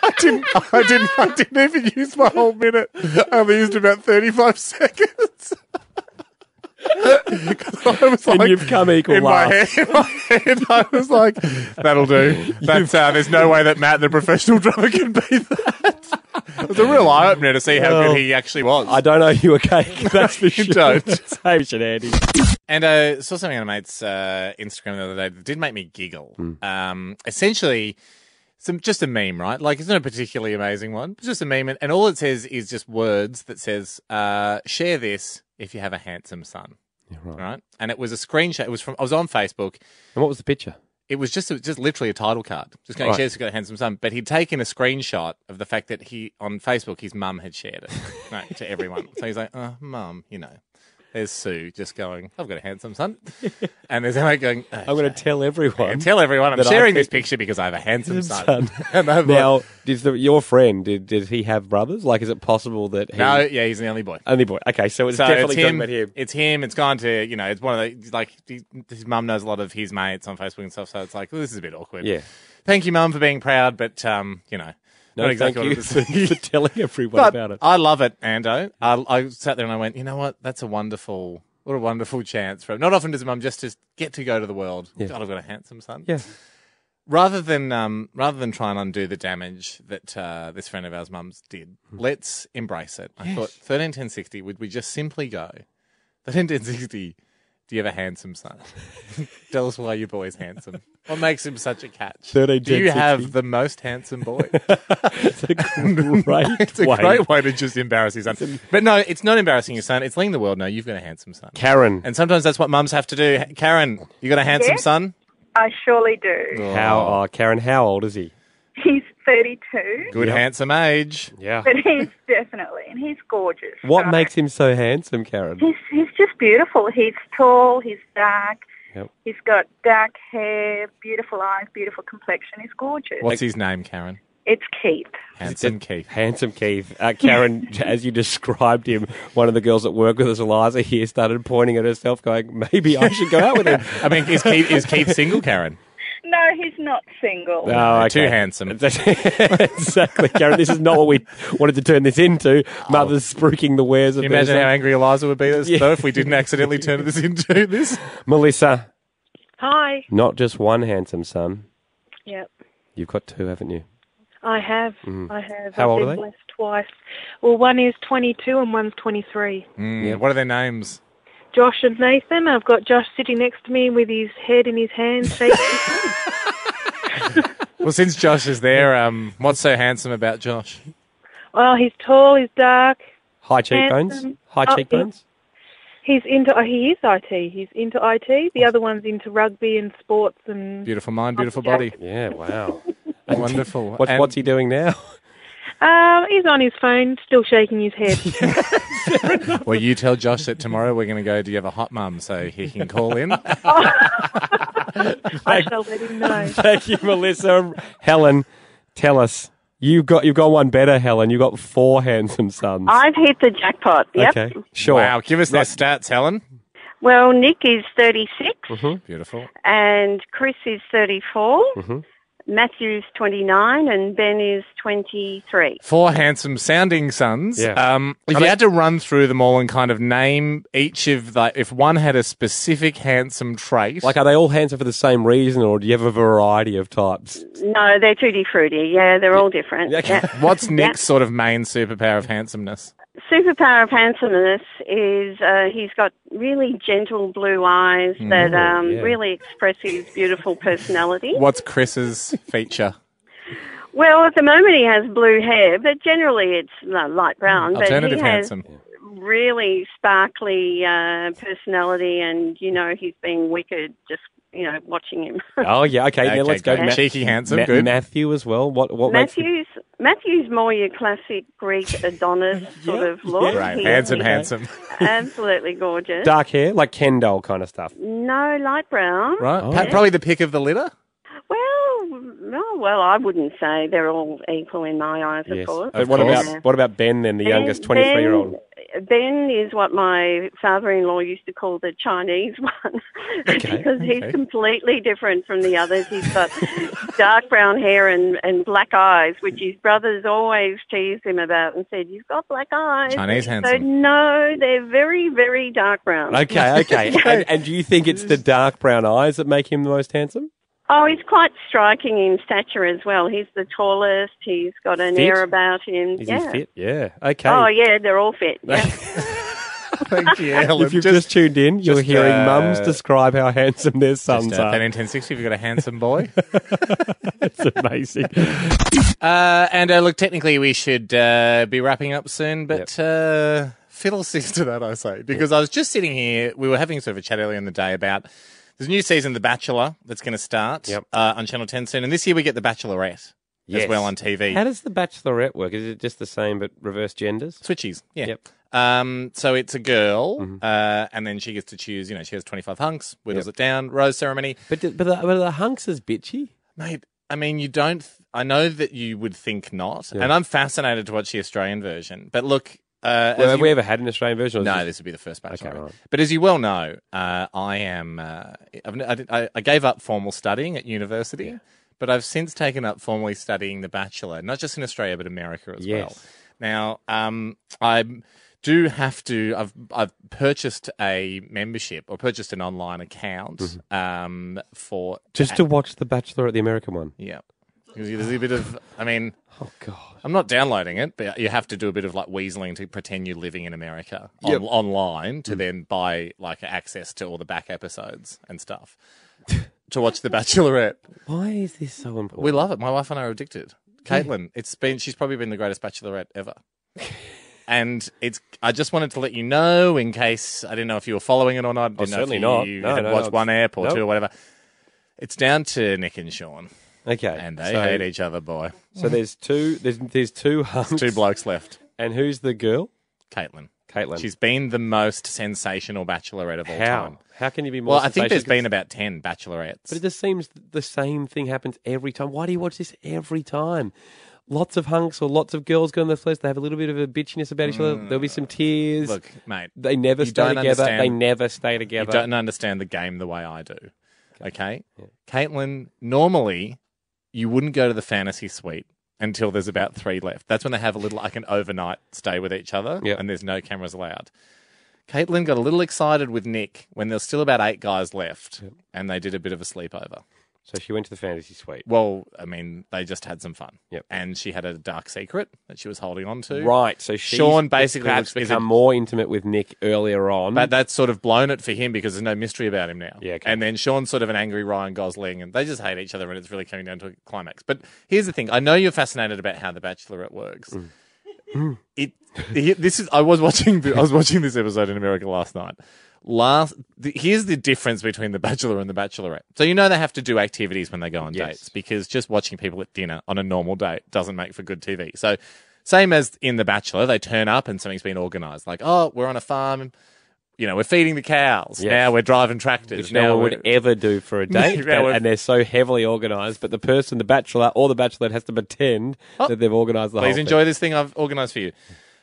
I didn't. I didn't. I didn't even use my whole minute. I only used about thirty-five seconds. <laughs> 'Cause I was
And
like-
you've come equal
in my,
last.
head, in my head. I was like, "That'll do." That's uh, there's no way that Matt, the professional drummer, can be that. It's a real eye opener to see how
Well,
good he actually was.
I don't owe you a
<laughs>
cake. <laughs> That's for
You
sure.
don't.
It's Hamish and Andy.
And I saw something on a mate's uh, Instagram the other day that did make me giggle. Um, essentially, some just a meme, right? Like it's not a particularly amazing one, it's just a meme, and, and all it says is just words that says uh, "share this if you have a handsome son."
right.
And it was a screenshot. It was from I was on Facebook.
And what was the picture?
It was just a, just literally a title card, just going
Right.
"share this if you've got a handsome son," but he'd taken a screenshot of the fact that he on Facebook his mum had
<laughs>
shared it right, to everyone. So he's like, "Oh, mum, you know." There's Sue just going, I've got a
<laughs>
handsome son. And there's Emma going,
I'm going to tell everyone.
I tell everyone I'm
that I
sharing this
picked-
picture because I have a handsome son. <laughs> And I'm
now, did the, your friend did, did he have brothers? Like, is it possible that he,
No, yeah, he's the only boy.
only boy? Okay, so it's
So
definitely
it's him,
talking about him.
It's him. It's gone to you know. It's one of the like he- his mum knows a lot of his mates on Facebook and stuff. So it's like well, this is a bit awkward.
Yeah.
Thank you, mum, for being proud, but um, you know,
No,
not
<laughs>
exactly
thank
what
you
it is.
for telling everyone
<laughs> But
about it.
I love it, Ando. I, I sat there and I went, you know what? That's a wonderful. What a wonderful chance for him. Not often does mum just, just get to go to the world.
Yeah.
God, I've got a handsome son.
Yeah.
Rather than um, rather than try and undo the damage that uh, this friend of ours, mum's, did, let's embrace it. I
Hmm. Yes.
thought thirteen ten sixty. Would we just simply go thirteen ten sixty? Do you have a
<laughs>
handsome son? <laughs> Tell us why your boy's handsome. What makes him such a catch?
13,
Do you
10,
have
60.
the most handsome boy?
it's a great
<laughs> it's a
way.
great way to just embarrass your son. But no, it's not embarrassing your son. It's letting the world know you've got a handsome son.
Karen.
And sometimes that's what mums have to do. Karen, you got a handsome
Yes.
son?
I surely do.
How uh, Karen? How old is he?
He's 32,
Good handsome age.
Yeah.
but
<laughs>
he's definitely, and he's gorgeous.
What makes him so handsome, Karen?
He's, he's just beautiful. He's tall, he's dark,
Yep.
he's got dark hair, beautiful eyes, beautiful complexion. He's gorgeous.
What's his name, Karen?
It It's Keith.
Handsome Keith.
Handsome Keith. Uh, Karen, <laughs> as you described him, one of the girls that work with us, Eliza here, started pointing at herself, going, "Maybe I should go out with him."
<laughs> I mean, is Keith is Keith single, Karen?
No, he's not single.
Oh,
Too
okay.
handsome.
<laughs> exactly, Karen. This is not what we wanted to turn this into. Mother's spruiking the wares of
Oh. Can you imagine
Thursday.
how angry Eliza would be at us, though, if we didn't accidentally turn this into this?
Melissa,
Hi.
not just one handsome son.
Yep.
You've got two, haven't you?
I have.
Mm.
I have.
How
I've
old are
been
they?
blessed twice. Well, one is 22 and one's 23.
Yeah. Mm, What are their names?
Josh and Nathan. I've got Josh sitting next to me with his head in his hands. shaking.
<laughs>
Well, since Josh is there, um, what's so handsome about Josh?
well, he's tall. He's dark.
High
Handsome. Oh, He's, he's into. oh, He is IT. He's into IT. The other one's into rugby and sports and.
Beautiful mind, beautiful body.
Yeah, wow.
Wonderful.
What,
And-
what's he doing now? <laughs>
Um, he's on his phone, still shaking his
<laughs>
head.
Well, you tell Josh that tomorrow we're going to go, do you have a hot mum? So he can call in.
I shall let him
<laughs>
know.
Thank you, Melissa. Helen, tell us. You've got you've got one better, Helen. You've got four handsome sons.
I've hit the jackpot. Yep.
Okay, <laughs> sure.
Wow, give us their stats, Helen.
Well, Nick is 36
Hmm?
Beautiful.
and Chris is 34.
Mm-hmm.
Matthew is 29 and Ben is 23.
Four handsome sounding sons.
Yeah.
Um, if you had to run through them all and kind of name each of the, if one had a specific handsome trait,
Like, are they all handsome for the same reason, or do you have a variety of types?
No, they're tutti frutti. Yeah, they're all different. Yeah. <laughs>
what's Nick's sort of main superpower of handsomeness?
Superpower of handsomeness is uh, he's got really gentle blue eyes that
Mm,
um,
yeah.
really express his beautiful personality.
What's Chris's feature?
Well, at the moment he has blue hair, but generally it's uh, light brown. But he
Alternative
has
handsome.
really sparkly uh, personality, and you know he's being wicked just you know watching him. <laughs>
Oh yeah, okay.
Okay,
now let's go.
good. Cheeky, handsome,
Ma-
good.
Matthew as well. What what makes
Matthew's Matthew's more your classic
<laughs>
Greek Adonis sort of look.
Right,
He's
handsome,
he's
handsome. <laughs>
absolutely gorgeous.
dark hair like Ken doll kind of stuff?
No, light brown.
Right,
Oh.
Pa- probably the pick of the litter.
Well, no, well, I wouldn't say they're all equal in my eyes, of course.
But what about what about Ben then, the youngest
Ben-
twenty three year old?
Ben- Ben is what my father-in-law used to call the Chinese <laughs> one <laughs> because he's
okay.
completely different from the others. He's got <laughs> dark brown hair and, and black eyes, which his brothers always teased him about and said, "You've got black eyes."
Chinese
So
handsome.
no, they're very, very dark brown. <laughs>
Okay, okay. and, and do you think it's the dark brown eyes that make him the most handsome?
Oh, he's quite striking in stature as well. He's the tallest. He's got an
Fit?
air about him.
Is
yeah.
he fit? Yeah. Okay.
Oh, yeah, they're all fit.
<laughs>
Yeah.
<laughs> Thank you, Helen.
If you've just, tuned in, you're
just,
hearing
uh,
mums describe how handsome their sons
Just, uh,
are.
Fan in 1060, you've got a handsome boy.
<laughs> it's amazing.
<laughs> Uh, and uh, look, technically, we should uh, be wrapping up soon, but uh, fiddlesticks to that, I say, because I was just sitting here. We were having sort of a chat earlier in the day about there's a new season, of The Bachelor, that's going to start uh, on Channel 10 soon, and this year we get The Bachelorette as
Yes.
well on TV.
How does the Bachelorette work? Is it just the same but reverse genders?
Switchies. Yeah.
Yep.
Um, so it's a girl, uh, and then she gets to choose. You know, she has 25 hunks, whittles it down, rose ceremony.
But do- but the, but the hunks is bitchy.
Mate, I mean, you don't. Th- I know that you would think not, and I'm fascinated to watch the Australian version. But look, uh,
Well,
as
have
you-
we ever had an Australian version? or is
No,
this-
this would be the first Bachelor.
Okay, right.
But as you well know, uh, I am. Uh, I've, ni did, I, I gave up formal studying at university, but I've since taken up formally studying The Bachelor, not just in Australia but America as well.
Yes.
Now, um, I do have to. I've I've purchased a membership or purchased an online account um, for
Mm-hmm. Just to watch the Bachelorette, the American one.
yeah. There's a bit of, I mean, oh god, I'm not downloading it, but you have to do a bit of like weaseling to pretend you're living in America on,
Yep. Mm.
online to then buy like access to all the back episodes and stuff <laughs> to watch The Bachelorette.
Why is this so important?
We love it. My wife and I are addicted.
Hmm.
Caitlin, it's been she's probably been the greatest Bachelorette
<laughs>
ever. And it's. I just wanted to let you know in case I didn't know if you were following it or not. I didn't know if
Oh, certainly
you,
not.
You
No,
had
no,
watched
no,
one
it's-
app or
nope.
two or whatever. It's down to Nick and Sean.
Okay,
And they
so-
hate each other, boy.
So there's two. There's there's two hunks.
two blokes left. Um,
And who's the girl?
Caitlin.
Caitlin.
She's been the most sensational bachelorette of all
How?
time.
How can you be more
Well, I think there's
sensational?
been about 10 bachelorettes.
But it just seems the same thing happens every time. Why do you watch this every time? lots of hunks or lots of girls go in the flesh. They have a little bit of a bitchiness about each other. There'll be some tears.
Mm, Look, mate,
they never
you
stay
don't
together.
understand-
They never stay together.
You don't understand the game the way I do. Okay. Caitlin, normally you wouldn't go to the fantasy suite until there's about three left. That's when they have a little, like an overnight stay with each other and there's no cameras allowed. Caitlin got a little excited with Nick when there was still about eight guys left and they did a bit of a sleepover.
So she went to the fantasy suite.
Well, I mean, they just had some fun.
Yep.
And she had a dark secret that she was holding on to.
Right, so she's
Sean basically
perhaps
looks- is a-
become more intimate with Nick earlier on.
But that's sort of blown it for him because there's no mystery about him now. Yeah. And then Sean's sort of an angry Ryan Gosling, and they just hate each other, and it's really coming down to a climax. But here's the thing: I know you're fascinated about how The Bachelorette works. <laughs> It this is I was watching I was watching this episode in America last night. Last the, here's the difference between The Bachelor and The Bachelorette. So you know they have to do activities when they go on dates because just watching people at dinner on a normal date doesn't make for good TV. So same as in The Bachelor, they turn up and something's been organised. Like oh, we're on a farm you know, we're feeding the cows.
Yes.
Now we're driving tractors.
which
now
no one
we're-
would ever do for
<laughs>
a date,
Now we're-
and they're so heavily organised. But the person, the bachelor or the bachelorette, has to pretend that they've organised the whole
Oh. Please
thing.
enjoy this thing I've organised for you.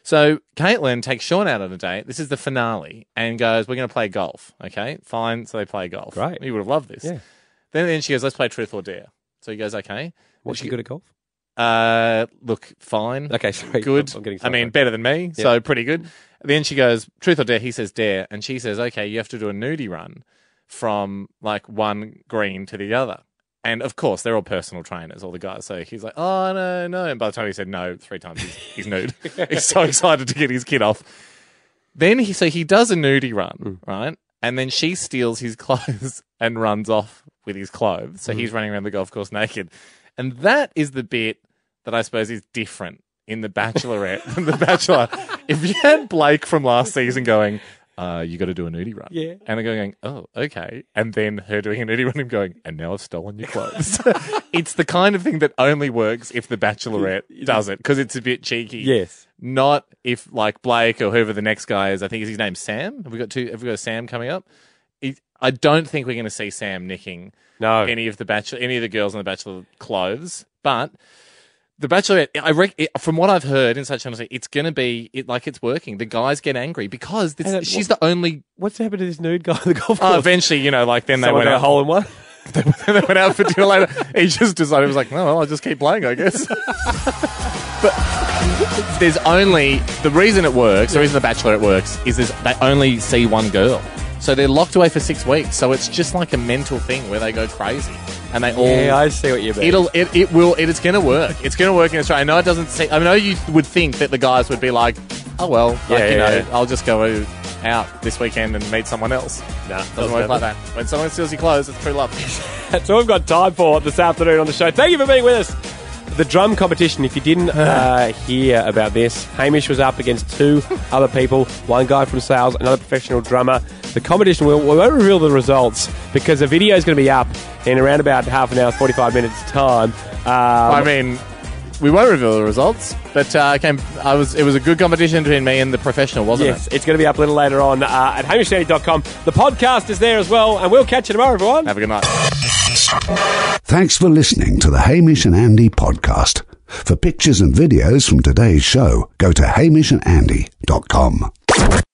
So Caitlin takes Sean out on a date. This is the finale, and goes, "We're going to play golf." Okay, fine. So they play golf. Right. You would have loved this.
Yeah.
Then, then she goes, "Let's play Truth or Dare." So he goes, "Okay."
Was she
She-
good at golf?
Uh, look, fine.
Okay, <laughs> sorry.
Good.
I'm- I'm getting
I mean,
sidetracked.
better than me,
Yeah.
so pretty good. Then she goes, truth or dare? He says dare, and she says, okay, you have to do a nudie run from like one green to the other. And of course, they're all personal trainers, all the guys. So he's like, oh no, no. And by the time he said no three times, he's,
<laughs>
he's nude. he's so excited to get his kid off. Then he so he does a nudie run, right? And then she steals his <laughs> clothes and runs off with his clothes. So he's running around the golf course naked. And that is the bit that I suppose is different in The Bachelorette than The Bachelor. If you had Blake from last season going, uh, you got to do a nudie run.
Yeah.
And they're going, oh, okay. And then her doing a nudie run and going, and now I've stolen your clothes. it's the kind of thing that only works if The Bachelorette does it because it's a bit cheeky.
Yes.
Not if like Blake or whoever the next guy is. I think is his name Sam. Have we got two? Have we got a Sam coming up? It- I don't think we're going to see Sam nicking
No.
any of the bachelor, any of the girls in the bachelor clothes. But the Bachelorette, I rec- it, from what I've heard in such honesty, it's going to be it, like it's working. The guys get angry because this,
And it-
she's the only.
What's happened to this nude guy on the golf
Oh,
course?
eventually, you know, like then they
Someone
went
got
out
a hole in one.
<laughs> they went out for dinner later. He just decided he was like, no, well, I'll just keep playing, I guess. <laughs> but there's only the reason it works, the reason the Bachelor it works, is there's, they only see one girl. So they're locked away for six weeks. So it's just like a mental thing where they go crazy and they all.
Yeah, I see what you mean.
Oh. It'll it, it will it, it's going to work. It's going to work in Australia. I know it doesn't. seem I know you would think that the guys would be like, oh well, like,
Yeah,
you
yeah,
know,
yeah.
I'll just go out this weekend and meet someone else. Nah, doesn't
doesn't
work like that.
happen.
When someone steals your clothes, it's true love.
That's all we've got time for this afternoon on the show. Thank you for being with us. The drum competition, if you didn't uh, hear about this, Hamish was up against two other people one guy from sales, another professional drummer. The competition, we, we won't reveal the results because the video is going to be up in around about half an hour, 45 minutes' time. Um,
I mean, we won't reveal the results, but uh, I came. I was. It was a good competition between me and the professional, wasn't
yes,
it?
it's going to be up a little later on uh, at hamishandy.com. The podcast is there as well, and we'll catch you tomorrow, everyone.
Have a good night.
Thanks for listening to the Hamish and Andy podcast. For pictures and videos from today's show, go to hamishandandy.com.